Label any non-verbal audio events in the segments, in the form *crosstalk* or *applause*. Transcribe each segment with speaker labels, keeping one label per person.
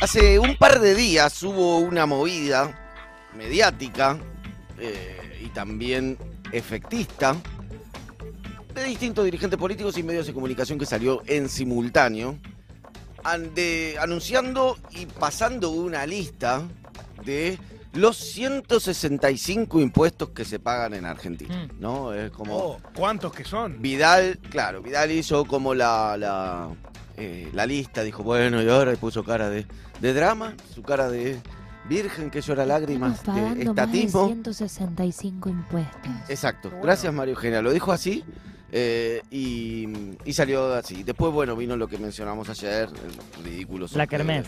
Speaker 1: Hace un par de días hubo una movida mediática eh, y también efectista de distintos dirigentes políticos y medios de comunicación que salió en simultáneo, ante- anunciando y pasando una lista de los 165 impuestos que se pagan en Argentina,
Speaker 2: Mm.
Speaker 1: ¿no? Es como...
Speaker 3: Oh, ¿Cuántos que son?
Speaker 1: Vidal, claro, Vidal hizo como la, la, eh, la lista, dijo, bueno, y ahora y puso cara de, de drama, su cara de virgen que llora lágrimas
Speaker 4: Estamos
Speaker 1: de
Speaker 4: pagando más de
Speaker 1: estatismo.
Speaker 4: 165 impuestos.
Speaker 1: Exacto,
Speaker 3: Bueno.
Speaker 1: gracias Mario Eugenia, lo dijo así eh, y, y salió así. Después, bueno, vino lo que mencionamos ayer, el ridículo. sorteo
Speaker 2: La Kermés.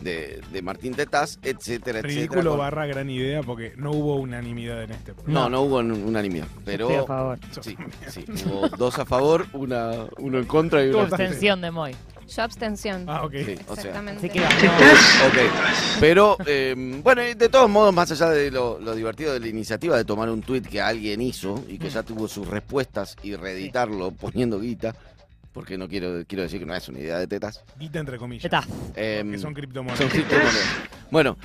Speaker 1: De, de Martín Tetaz, etcétera, etcétera.
Speaker 3: Ridículo
Speaker 1: Con-
Speaker 3: barra gran idea porque no hubo unanimidad en este.
Speaker 1: No, no hubo un- unanimidad, pero...
Speaker 2: Estoy a favor.
Speaker 1: Sí, sí, hubo dos a favor, una, uno en contra y
Speaker 2: Tu
Speaker 1: uno
Speaker 2: abstención de Moy.
Speaker 5: Yo abstención.
Speaker 3: Ah, ok.
Speaker 1: Sí, o sea,
Speaker 5: Exactamente.
Speaker 2: Así que ganó.
Speaker 1: Ok, pero eh, bueno, y de todos modos, más allá de lo, lo divertido de la iniciativa de tomar un tuit que alguien hizo y que
Speaker 2: Mm.
Speaker 1: ya tuvo sus respuestas y reeditarlo poniendo guita, porque no quiero, quiero decir que no es una idea de tetas.
Speaker 3: Guita entre comillas.
Speaker 2: Ya está.
Speaker 1: em,
Speaker 3: Que son criptomonedas.
Speaker 1: son criptomonedas. Bueno,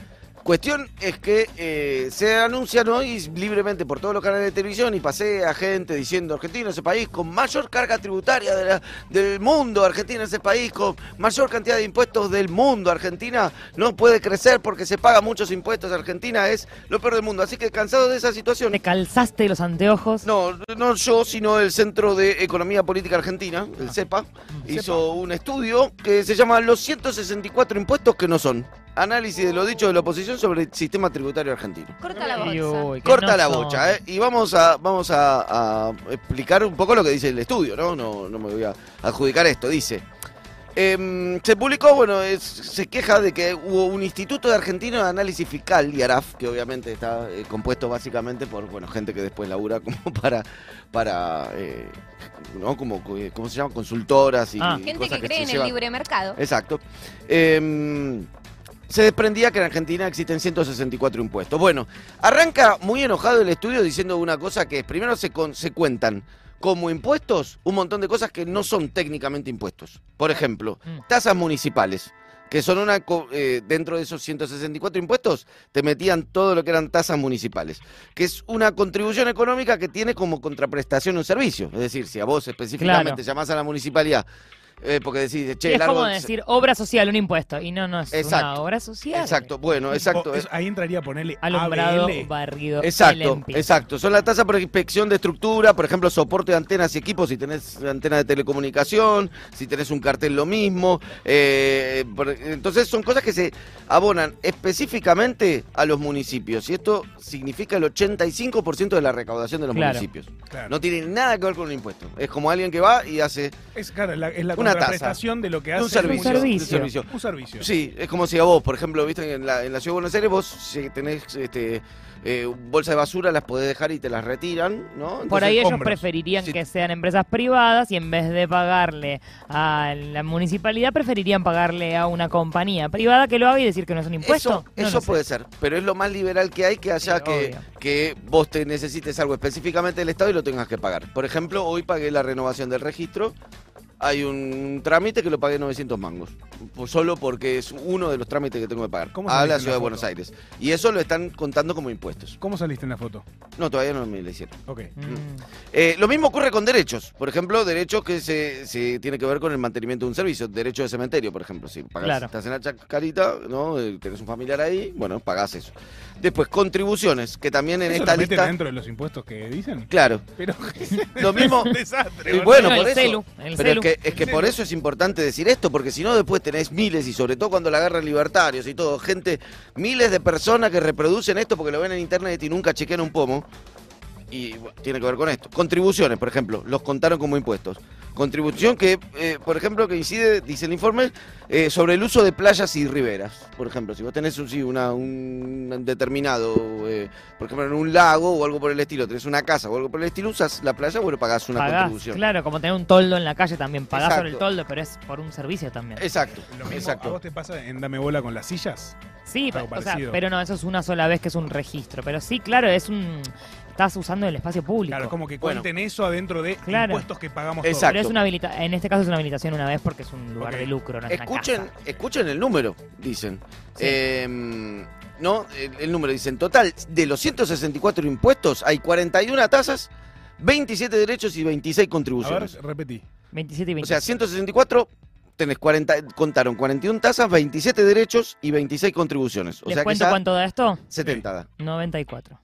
Speaker 1: cuestión es que eh, se anuncian hoy libremente por todos los canales de televisión y pasé a gente diciendo Argentina es el país con mayor carga tributaria de la- del mundo, Argentina es el país con mayor cantidad de impuestos del mundo, Argentina no puede crecer porque se paga muchos impuestos, Argentina es lo peor del mundo, así que cansado de esa situación.
Speaker 2: Te calzaste los anteojos.
Speaker 1: No, no yo, sino el Centro de Economía Política Argentina, el CEPA, hizo un estudio que se llama Los 164 impuestos que no son. Análisis de lo dicho de la oposición sobre el sistema tributario argentino.
Speaker 5: Corta la
Speaker 2: Y
Speaker 5: bolsa.
Speaker 2: uy, que
Speaker 1: Corta
Speaker 2: no
Speaker 1: la
Speaker 2: son.
Speaker 1: bocha, ¿eh? Y vamos a vamos a, a explicar un poco lo que dice el estudio, ¿no? No, no me voy a adjudicar esto. Dice, em, se publicó, bueno, es- se queja de que hubo un instituto de argentino de análisis fiscal, IARAF, que obviamente está eh, compuesto básicamente por, bueno, gente que después labura como *laughs* para, para eh, ¿no? Como, eh, ¿cómo se llama? Consultoras y
Speaker 2: Ah.
Speaker 5: Gente
Speaker 1: cosas se
Speaker 5: que cree en el
Speaker 1: llevan- Eh,
Speaker 5: libre mercado.
Speaker 1: Exacto. Em, se desprendía que en Argentina existen 164 impuestos. Bueno, arranca muy enojado el estudio diciendo una cosa que es, primero se, con- se cuentan como impuestos un montón de cosas que no son técnicamente impuestos. Por ejemplo,
Speaker 2: Mm.
Speaker 1: tasas municipales, que son una... co- eh, dentro de esos 164 impuestos te metían todo lo que eran tasas municipales, que es una contribución económica que tiene como contraprestación un servicio. Es decir, si a vos específicamente
Speaker 2: Claro.
Speaker 1: llamás a la municipalidad eh, porque decís, che,
Speaker 2: es
Speaker 1: largo...
Speaker 2: como decir obra social, un impuesto. Y no, no es
Speaker 1: Exacto.
Speaker 2: una obra social.
Speaker 1: Exacto, bueno, exacto. eh,
Speaker 3: O- eso- ahí entraría a ponerle
Speaker 2: Alumbrado,
Speaker 3: ABL.
Speaker 2: barrido,
Speaker 1: Exacto,
Speaker 2: LMP.
Speaker 1: exacto. Son la tasa por inspección de estructura, por ejemplo, soporte de antenas y equipos, si tenés antena de telecomunicación, si tenés un cartel lo mismo. eh, por- entonces son cosas que se abonan específicamente a los municipios y esto significa el 85% de la recaudación de los
Speaker 2: Claro.
Speaker 1: municipios.
Speaker 3: Claro.
Speaker 1: No tiene nada que ver con un impuesto. Es como alguien que va y hace
Speaker 3: Es, claro, es la, es la
Speaker 1: Una tasa.
Speaker 3: contraprestación de lo que hace
Speaker 1: un servicio.
Speaker 2: un servicio.
Speaker 1: un servicio.
Speaker 3: Un servicio.
Speaker 1: Sí, es como si a vos, por ejemplo, viste en la, en la ciudad de Buenos Aires, vos si tenés este, eh, bolsa de basura, las podés dejar y te las retiran, ¿no?
Speaker 2: Por
Speaker 1: Entonces,
Speaker 2: ahí ellos
Speaker 3: hombros.
Speaker 2: preferirían
Speaker 1: Sí.
Speaker 2: que sean empresas privadas y en vez de pagarle a la municipalidad, preferirían pagarle a una compañía privada que lo haga y decir que no es un impuesto.
Speaker 1: Eso,
Speaker 2: No lo
Speaker 1: eso
Speaker 2: sé.
Speaker 1: puede ser, pero es lo más liberal que hay que haya
Speaker 2: Sí,
Speaker 1: que,
Speaker 2: obvio.
Speaker 1: que vos te necesites algo específicamente del Estado y lo tengas que pagar. Por ejemplo, hoy pagué la renovación del registro. Hay un trámite que lo pagué 900 mangos, po- solo porque es uno de los trámites que tengo que pagar
Speaker 3: ¿Cómo
Speaker 1: a
Speaker 3: saliste
Speaker 1: la
Speaker 3: en
Speaker 1: ciudad
Speaker 3: la
Speaker 1: de
Speaker 3: foto?
Speaker 1: Buenos Aires. Y eso lo están contando como impuestos.
Speaker 3: ¿Cómo saliste en la foto?
Speaker 1: No, todavía no me lo hicieron.
Speaker 3: Ok.
Speaker 2: Mm.
Speaker 1: Eh, lo mismo ocurre con derechos. Por ejemplo, derechos que se, se tiene que ver con el mantenimiento de un servicio. Derecho de cementerio, por ejemplo. Si pagás,
Speaker 2: Claro.
Speaker 1: estás en la chacarita, ¿no? Eh, tenés un familiar ahí, bueno, pagás eso. Después, contribuciones, que también en
Speaker 3: ¿Eso
Speaker 1: esta
Speaker 3: lo meten
Speaker 1: lista.
Speaker 3: dentro de los impuestos que dicen?
Speaker 1: Claro.
Speaker 3: Pero *laughs*
Speaker 1: Lo mismo.
Speaker 3: es un desastre.
Speaker 1: Y
Speaker 3: boludo.
Speaker 1: bueno,
Speaker 2: No,
Speaker 1: por
Speaker 2: el
Speaker 1: eso.
Speaker 2: celu, el
Speaker 1: Pero es
Speaker 2: celu.
Speaker 1: que, es que por eso es importante decir esto, porque si no después tenés miles, y sobre todo cuando la agarran libertarios y todo, gente, miles de personas que reproducen esto porque lo ven en internet y nunca chequean un pomo. Y bueno, tiene que ver con esto. Contribuciones, por ejemplo, los contaron como impuestos. Contribución que, eh, por ejemplo, que incide, dice el informe, eh, sobre el uso de playas y riberas. Por ejemplo, si vos tenés un, sí, una- un determinado, eh, por ejemplo, en un lago o algo por el estilo, tenés una casa o algo por el estilo, usas la playa, vos le pagás una
Speaker 2: Pagás,
Speaker 1: contribución.
Speaker 2: claro, como tener un toldo en la calle también. Pagás sobre el
Speaker 1: Exacto.
Speaker 2: toldo, pero es por un servicio también.
Speaker 1: Exacto,
Speaker 3: Lo mismo, ¿A
Speaker 1: exacto.
Speaker 3: vos te pasa en Dame Bola con las sillas?
Speaker 2: Sí,
Speaker 3: Algo
Speaker 2: pa- o sea,
Speaker 3: parecido.
Speaker 2: pero no, eso es una sola vez que es un registro. Pero sí, claro, es un. Estás usando el espacio público.
Speaker 3: Claro, es como que
Speaker 1: Bueno.
Speaker 3: cuenten eso adentro de
Speaker 2: Claro.
Speaker 3: impuestos que pagamos
Speaker 2: Pero
Speaker 1: Exacto.
Speaker 2: es una habilita en este caso es una habilitación una vez porque es un lugar
Speaker 3: Ok.
Speaker 2: de lucro, no es
Speaker 1: Escuchen,
Speaker 2: una casa.
Speaker 1: escuchen el número, dicen.
Speaker 2: Sí.
Speaker 1: Eh, no, el, el número, dicen. Total, de los 164 impuestos, hay 41 tasas, 27 derechos y 26
Speaker 3: todos. A ver,
Speaker 1: contribuciones.
Speaker 3: repetí.
Speaker 2: 27 y
Speaker 1: O
Speaker 2: 20.
Speaker 1: sea, 164, tenés 40, contaron 41 tasas, 27 derechos y 26 contribuciones. O
Speaker 2: ¿Les
Speaker 1: sea que
Speaker 2: cuento
Speaker 1: ya
Speaker 2: cuánto da esto?
Speaker 1: 70 da.
Speaker 2: 94.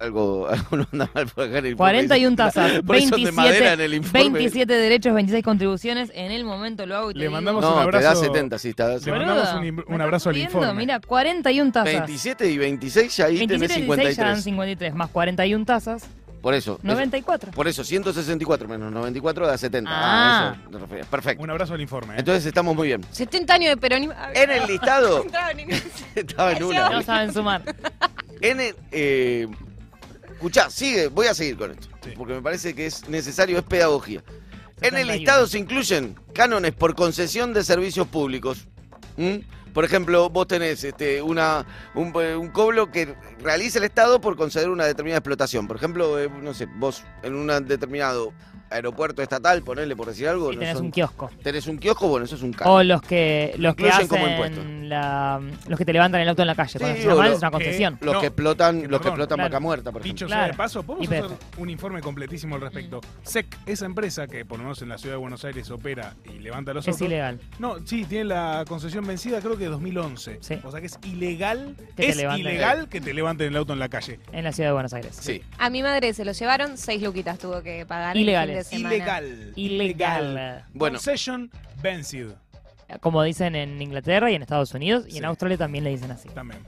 Speaker 1: Algo, *laughs* algo no anda mal por acá en el informe.
Speaker 2: 41 tasas,
Speaker 1: *laughs* Por eso de
Speaker 2: 27,
Speaker 1: madera en el informe.
Speaker 2: 27 derechos, 26 contribuciones. En el momento lo hago y te
Speaker 3: Le
Speaker 2: digo,
Speaker 3: mandamos un
Speaker 1: No, te da
Speaker 3: abrazo.
Speaker 1: 70, sí, está.
Speaker 3: Le
Speaker 2: boludo,
Speaker 3: mandamos un im-
Speaker 2: ¿me
Speaker 3: un
Speaker 2: estás
Speaker 3: abrazo al
Speaker 2: jodiendo?
Speaker 3: informe.
Speaker 2: Mira, 41 tasas.
Speaker 1: 27 y 26, ya ahí
Speaker 2: 27
Speaker 1: tenés
Speaker 2: y 16 ya dan
Speaker 1: 53.
Speaker 2: 53, más 41 tasas,
Speaker 1: Por eso. eso-
Speaker 2: 94.
Speaker 1: Por eso, 164 menos 94 da 70.
Speaker 2: Ah.
Speaker 1: Ah, eso te refería. Perfecto.
Speaker 3: Un abrazo al informe. ¿eh?
Speaker 1: Entonces estamos muy bien.
Speaker 5: 70 años de peronismo.
Speaker 1: En el listado
Speaker 5: Entraron en-
Speaker 1: *laughs* estaba en
Speaker 2: No
Speaker 1: una.
Speaker 2: saben sumar.
Speaker 1: En el, eh, escuchá, sigue, voy a seguir con esto. Porque me parece que es necesario, es pedagogía. En el
Speaker 2: 71.
Speaker 1: listado se incluyen cánones por concesión de servicios públicos. ¿Mm? Por ejemplo, vos tenés este, una, un, eh, un cobro que realiza el Estado por conceder una determinada explotación. Por ejemplo, eh, no sé, vos en un determinado aeropuerto estatal, ponerle por decir algo.
Speaker 2: Y
Speaker 1: no
Speaker 2: tenés
Speaker 1: son-
Speaker 2: un kiosco.
Speaker 1: Tenés un kiosco, bueno, eso es un
Speaker 2: O
Speaker 1: cargo.
Speaker 2: los que, los que
Speaker 1: Incluyen como impuesto.
Speaker 2: hacen la, los que te levantan el auto en la calle.
Speaker 1: Sí,
Speaker 2: cuando se
Speaker 1: o
Speaker 2: llama mal,
Speaker 1: lo-
Speaker 2: es una
Speaker 3: que-
Speaker 2: concesión.
Speaker 1: Los
Speaker 3: No,
Speaker 1: que explotan,
Speaker 3: que
Speaker 1: los que
Speaker 3: perdón,
Speaker 1: explotan
Speaker 2: claro.
Speaker 1: vaca muerta, por
Speaker 3: Dicho
Speaker 1: ejemplo.
Speaker 2: Claro.
Speaker 3: sea de paso, podemos
Speaker 2: Y Mm.
Speaker 3: hacer
Speaker 2: Pepe.
Speaker 3: un informe completísimo al respecto. SEC, esa empresa que por lo menos en la ciudad de Buenos Aires opera y levanta los
Speaker 2: Es
Speaker 3: autos.
Speaker 2: ilegal.
Speaker 3: No, sí, tiene la concesión vencida creo que de 2011.
Speaker 2: Sí.
Speaker 3: O sea que es ilegal,
Speaker 2: Que te
Speaker 3: es
Speaker 2: levanten.
Speaker 3: ilegal que te levanten el auto en la calle.
Speaker 2: En la ciudad de Buenos Aires.
Speaker 1: Sí.
Speaker 5: A mi madre se lo llevaron, seis luquitas tuvo que pagar. el
Speaker 2: Ilegales.
Speaker 5: fin de semana.
Speaker 3: Ilegal.
Speaker 2: Ilegal.
Speaker 1: Bueno,
Speaker 3: Concession vencida
Speaker 2: Como dicen en Inglaterra y en Estados Unidos y en
Speaker 3: Sí.
Speaker 2: Australia también le dicen así.
Speaker 3: también.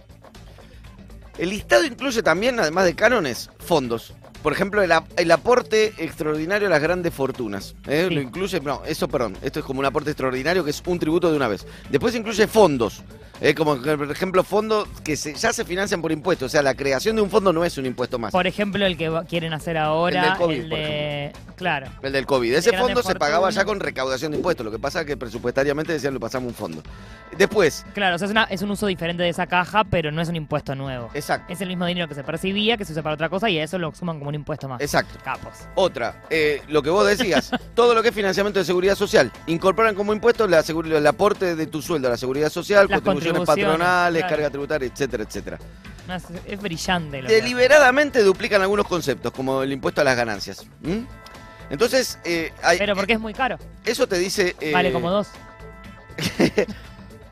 Speaker 1: el listado incluye también, además de cánones, fondos. Por ejemplo, el, ap- el aporte extraordinario a las grandes fortunas. ¿eh?
Speaker 2: Sí.
Speaker 1: Lo incluye, no, eso perdón, esto es como un aporte extraordinario que es un tributo de una vez. Después incluye fondos, ¿eh? como por ejemplo fondos que se- ya se financian por impuestos. O sea, la creación de un fondo no es un impuesto más.
Speaker 2: Por ejemplo, el que va- quieren hacer ahora.
Speaker 1: El del COVID, por
Speaker 2: de- Claro.
Speaker 1: El del COVID. Ese
Speaker 2: De
Speaker 1: fondo
Speaker 2: grandes
Speaker 1: se pagaba
Speaker 2: fortunas.
Speaker 1: ya con recaudación de impuestos. Lo que pasa es que presupuestariamente decían lo pasamos a un fondo. Después,
Speaker 2: Claro, o sea, es, una- es un uso diferente de esa caja, pero no es un impuesto nuevo.
Speaker 1: exacto.
Speaker 2: Es el mismo dinero que se percibía, que se usa para otra cosa y a eso lo suman como un impuesto más.
Speaker 1: Exacto.
Speaker 2: Capos.
Speaker 1: Otra, eh, lo que vos
Speaker 2: *laughs*
Speaker 1: decías, todo lo que es financiamiento de seguridad social. Incorporan como impuesto la seguri- el aporte de tu sueldo a la seguridad social,
Speaker 2: Las
Speaker 1: contribuciones,
Speaker 2: contribuciones,
Speaker 1: patronales,
Speaker 2: claro.
Speaker 1: carga tributaria, etcétera, etcétera.
Speaker 2: No, es, es brillante lo que hacen.
Speaker 1: Deliberadamente duplican algunos conceptos, como el impuesto a las ganancias. ¿m? Entonces, eh, hay-
Speaker 2: Pero porque es muy caro.
Speaker 1: eso te dice. eh,
Speaker 2: Vale como dos.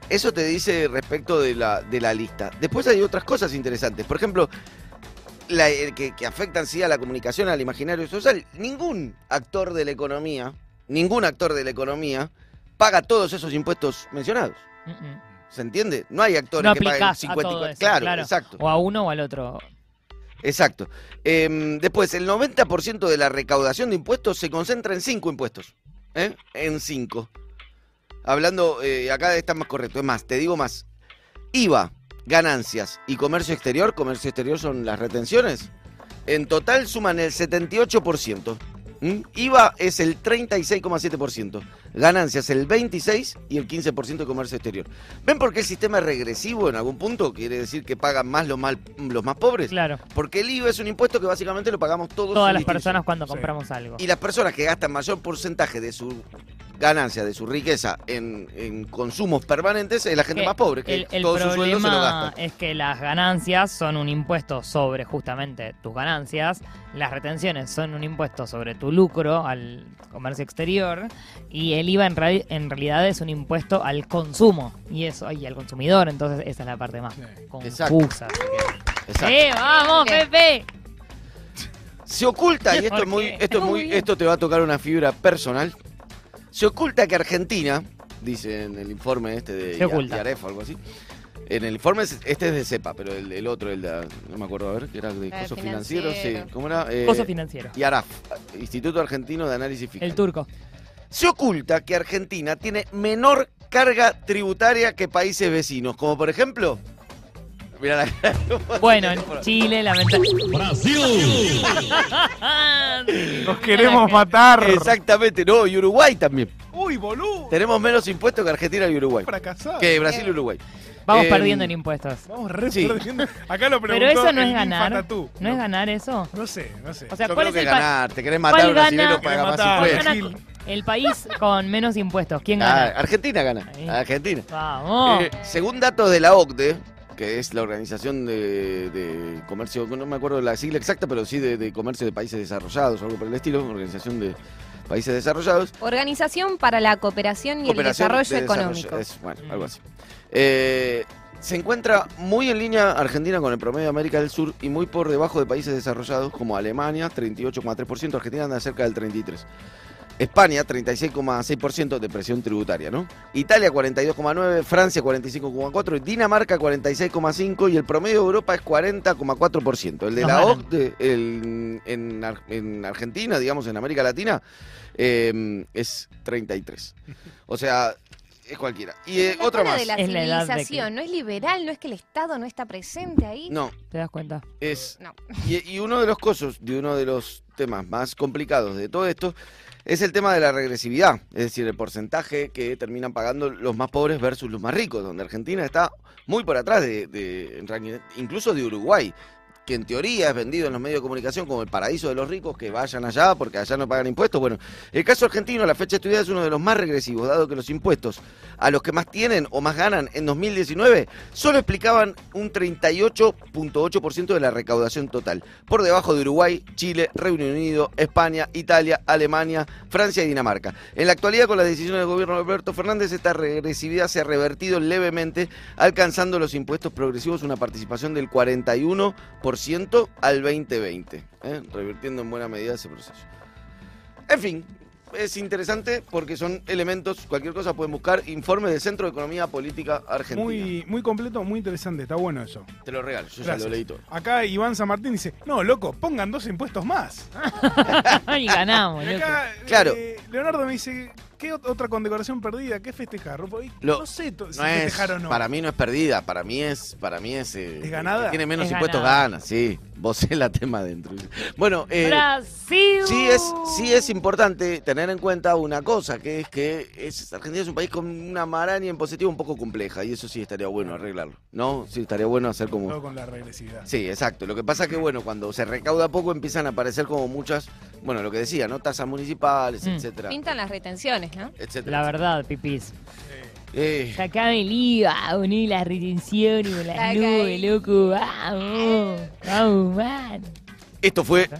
Speaker 1: Eso te dice respecto de la, de la lista. Después hay otras cosas interesantes. Por ejemplo, la- eh, que, que afectan sí a la comunicación, al imaginario social. Ningún actor de la economía, ningún actor de la economía paga todos esos impuestos mencionados.
Speaker 2: Mm, mm.
Speaker 1: ¿Se entiende? No hay actores
Speaker 2: No
Speaker 1: que paguen
Speaker 2: aplicás a todo
Speaker 1: 54.
Speaker 2: eso,
Speaker 1: claro,
Speaker 2: claro.
Speaker 1: exacto.
Speaker 2: O a uno o al otro.
Speaker 1: Exacto. Em, después, el 90% de la recaudación de impuestos se concentra en cinco impuestos. ¿eh? En cinco. Hablando, eh, acá está más correcto. Es más, te digo más. IVA, ganancias y comercio exterior. Comercio exterior son las retenciones. En total suman el 78%. ¿m? IVA es el 36,7%. Ganancias el 26% y el 15% de comercio exterior. ¿Ven por qué el sistema es regresivo en algún punto? Quiere decir que pagan más los, mal- los más pobres.
Speaker 2: Claro.
Speaker 1: Porque el IVA es un impuesto que básicamente lo pagamos todos.
Speaker 2: Todas
Speaker 1: sin
Speaker 2: las
Speaker 1: distinción.
Speaker 2: personas cuando
Speaker 3: Sí.
Speaker 2: compramos algo.
Speaker 1: Y las personas que gastan mayor porcentaje de su ganancia, de su riqueza en, en consumos permanentes, es la gente
Speaker 2: Que
Speaker 1: más pobre, que
Speaker 2: Eh, el, el
Speaker 1: todo su sueldo se lo
Speaker 2: problema
Speaker 1: gasta.
Speaker 2: es que las ganancias son un impuesto sobre justamente tus ganancias, las retenciones son un impuesto sobre tu lucro al comercio exterior y el IVA en, reali- en realidad es un impuesto al consumo y eso y al consumidor, entonces esa es la parte más
Speaker 3: Sí.
Speaker 1: Exacto.
Speaker 2: confusa.
Speaker 1: Exacto.
Speaker 2: ¡Eh, vamos, Pepe!
Speaker 1: Se oculta, y esto
Speaker 2: ¿Por
Speaker 1: es muy,
Speaker 2: qué? *laughs*
Speaker 1: esto es
Speaker 5: Muy
Speaker 1: muy,
Speaker 5: bien.
Speaker 1: esto te va a tocar una fibra personal. Se oculta que Argentina, dice en el informe este de
Speaker 2: Se
Speaker 1: Ia-
Speaker 2: oculta.
Speaker 1: Iaref o algo así. En el informe es- este es de CEPA, pero el, el otro, el de, no me acuerdo, a ver, que era de
Speaker 5: Ah,
Speaker 1: cosas
Speaker 5: financiero.
Speaker 1: financieros, sí, ¿cómo era? Eh,
Speaker 2: Coso financiero.
Speaker 1: Iaraf, Instituto Argentino de Análisis Fiscal.
Speaker 2: El turco.
Speaker 1: Se oculta que Argentina tiene menor carga tributaria que países vecinos, como por ejemplo Mirá la cara. *laughs*
Speaker 2: Bueno, en Chile, lamentablemente.
Speaker 6: Brasil,
Speaker 1: *laughs*
Speaker 3: Nos queremos matar.
Speaker 1: Exactamente, no, y Uruguay también.
Speaker 3: Uy, boludo.
Speaker 1: Tenemos menos impuestos que Argentina y Uruguay.
Speaker 3: Fracasado.
Speaker 1: Que Brasil y Uruguay.
Speaker 2: *laughs* Vamos
Speaker 1: Eh,
Speaker 2: perdiendo en impuestos.
Speaker 3: Vamos re
Speaker 1: Sí.
Speaker 3: perdiendo. Acá lo
Speaker 2: Pero
Speaker 3: preguntó
Speaker 2: eso no
Speaker 3: el
Speaker 2: es ganar.
Speaker 3: Infantatú.
Speaker 2: ¿No es ganar eso?
Speaker 3: No sé, no sé.
Speaker 2: O sea,
Speaker 1: Yo
Speaker 2: ¿cuál
Speaker 1: creo
Speaker 2: es
Speaker 1: que
Speaker 2: el, pa-
Speaker 1: ganar, te querés matar
Speaker 2: ¿Cuál
Speaker 1: al brasileño,
Speaker 2: gana?
Speaker 1: paga más
Speaker 3: Querés matar.
Speaker 1: impuestos.
Speaker 2: gana
Speaker 3: Brasil.
Speaker 2: el país con menos impuestos? ¿Quién
Speaker 1: Ah,
Speaker 2: gana?
Speaker 1: Argentina gana.
Speaker 2: Ahí.
Speaker 1: Argentina.
Speaker 2: Vamos.
Speaker 1: Eh, según datos de la OCDE, E, que es la organización de, de comercio, no me acuerdo la sigla exacta, pero sí de, de comercio de países desarrollados o algo por el estilo, organización de países desarrollados.
Speaker 5: Organización para la Cooperación y
Speaker 1: Cooperación
Speaker 5: el Desarrollo
Speaker 1: de
Speaker 5: Económico.
Speaker 1: es, bueno, algo así. Eh, se encuentra muy en línea Argentina con el promedio de América del Sur y muy por debajo de países desarrollados como Alemania, 38,3%, Argentina anda cerca del 33%. España, 36,6% de presión tributaria, ¿no? Italia, 42,9%, Francia, 45,4%, Dinamarca, 46,5% y el promedio de Europa es 40,4%. El de
Speaker 2: Nos
Speaker 1: la
Speaker 2: ganan.
Speaker 1: OCDE el- en, Ar- en Argentina, digamos, en América Latina, eh, es 33%. O sea, es cualquiera. Y eh,
Speaker 5: Es la
Speaker 1: otra
Speaker 5: cara
Speaker 1: más.
Speaker 5: de la
Speaker 2: Es la edad de que-
Speaker 5: civilización, no es liberal, no es que el Estado no está presente ahí.
Speaker 1: No,
Speaker 2: ¿Te das cuenta?
Speaker 1: es
Speaker 5: No.
Speaker 1: Y, y uno de los cosos, de uno de los temas más complicados de todo esto, es el tema de la regresividad, es decir, el porcentaje que terminan pagando los más pobres versus los más ricos, donde Argentina está muy por atrás de, de- en ranking, incluso de Uruguay, que en teoría es vendido en los medios de comunicación como el paraíso de los ricos, que vayan allá porque allá no pagan impuestos. Bueno, el caso argentino, a la fecha estudiada, es uno de los más regresivos, dado que los impuestos a los que más tienen o más ganan en 2019 solo explicaban un 38.8% de la recaudación total, por debajo de Uruguay, Chile, Reino Unido, España, Italia, Alemania, Francia y Dinamarca. En la actualidad, con las decisiones del gobierno de Alberto Fernández, esta regresividad se ha revertido levemente, alcanzando los impuestos progresivos una participación del 41% al 2020, ¿eh? revirtiendo en buena medida ese proceso. En fin. Es interesante porque son elementos, cualquier cosa pueden buscar, informe del Centro de Economía Política Argentina.
Speaker 3: Muy, muy completo, muy interesante, está bueno eso.
Speaker 1: Te lo regalo, yo
Speaker 3: Gracias.
Speaker 1: ya lo leí todo.
Speaker 3: Acá Iván San Martín dice, no, loco, pongan dos impuestos más.
Speaker 2: *laughs* y ganamos.
Speaker 3: Y
Speaker 2: loco.
Speaker 3: acá
Speaker 1: Claro.
Speaker 3: eh, Leonardo me dice, ¿qué ot- otra condecoración perdida? ¿Qué festejar? Rufo? Y
Speaker 1: Lo-
Speaker 3: no sé to- si
Speaker 1: No es,
Speaker 3: festejar o no.
Speaker 1: Para mí no es perdida, para mí es. Para mí es, eh,
Speaker 3: ¿Es ganada?
Speaker 1: que Tiene menos
Speaker 2: Es
Speaker 1: impuestos,
Speaker 2: ganada.
Speaker 1: gana, sí. Vos es la tema adentro. Bueno, eh,
Speaker 2: Brasil.
Speaker 1: sí, es, sí es importante tener en cuenta una cosa, que es que es, Argentina es un país con una maraña en positivo un poco compleja, y eso sí estaría bueno arreglarlo, ¿no? Sí, estaría bueno hacer como.
Speaker 3: Todo con la regresividad.
Speaker 1: Sí, exacto. Lo que pasa es que, bueno, cuando se recauda poco empiezan a aparecer como muchas, bueno, lo que decía, ¿no? Tasas municipales,
Speaker 2: Mm.
Speaker 1: etcétera.
Speaker 5: Pintan las retenciones, ¿no?
Speaker 1: Etcétera.
Speaker 2: La verdad, pipis.
Speaker 1: Eh,
Speaker 2: Sacame el IVA, uní la retención y las
Speaker 5: Saca
Speaker 2: nubes,
Speaker 5: ahí.
Speaker 2: loco. Vamos. Vamos, man.
Speaker 1: esto fue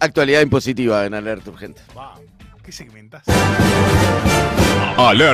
Speaker 1: Actualidad impositiva en Alerta Urgente.
Speaker 3: Wow, qué segmentazo.
Speaker 6: alerta.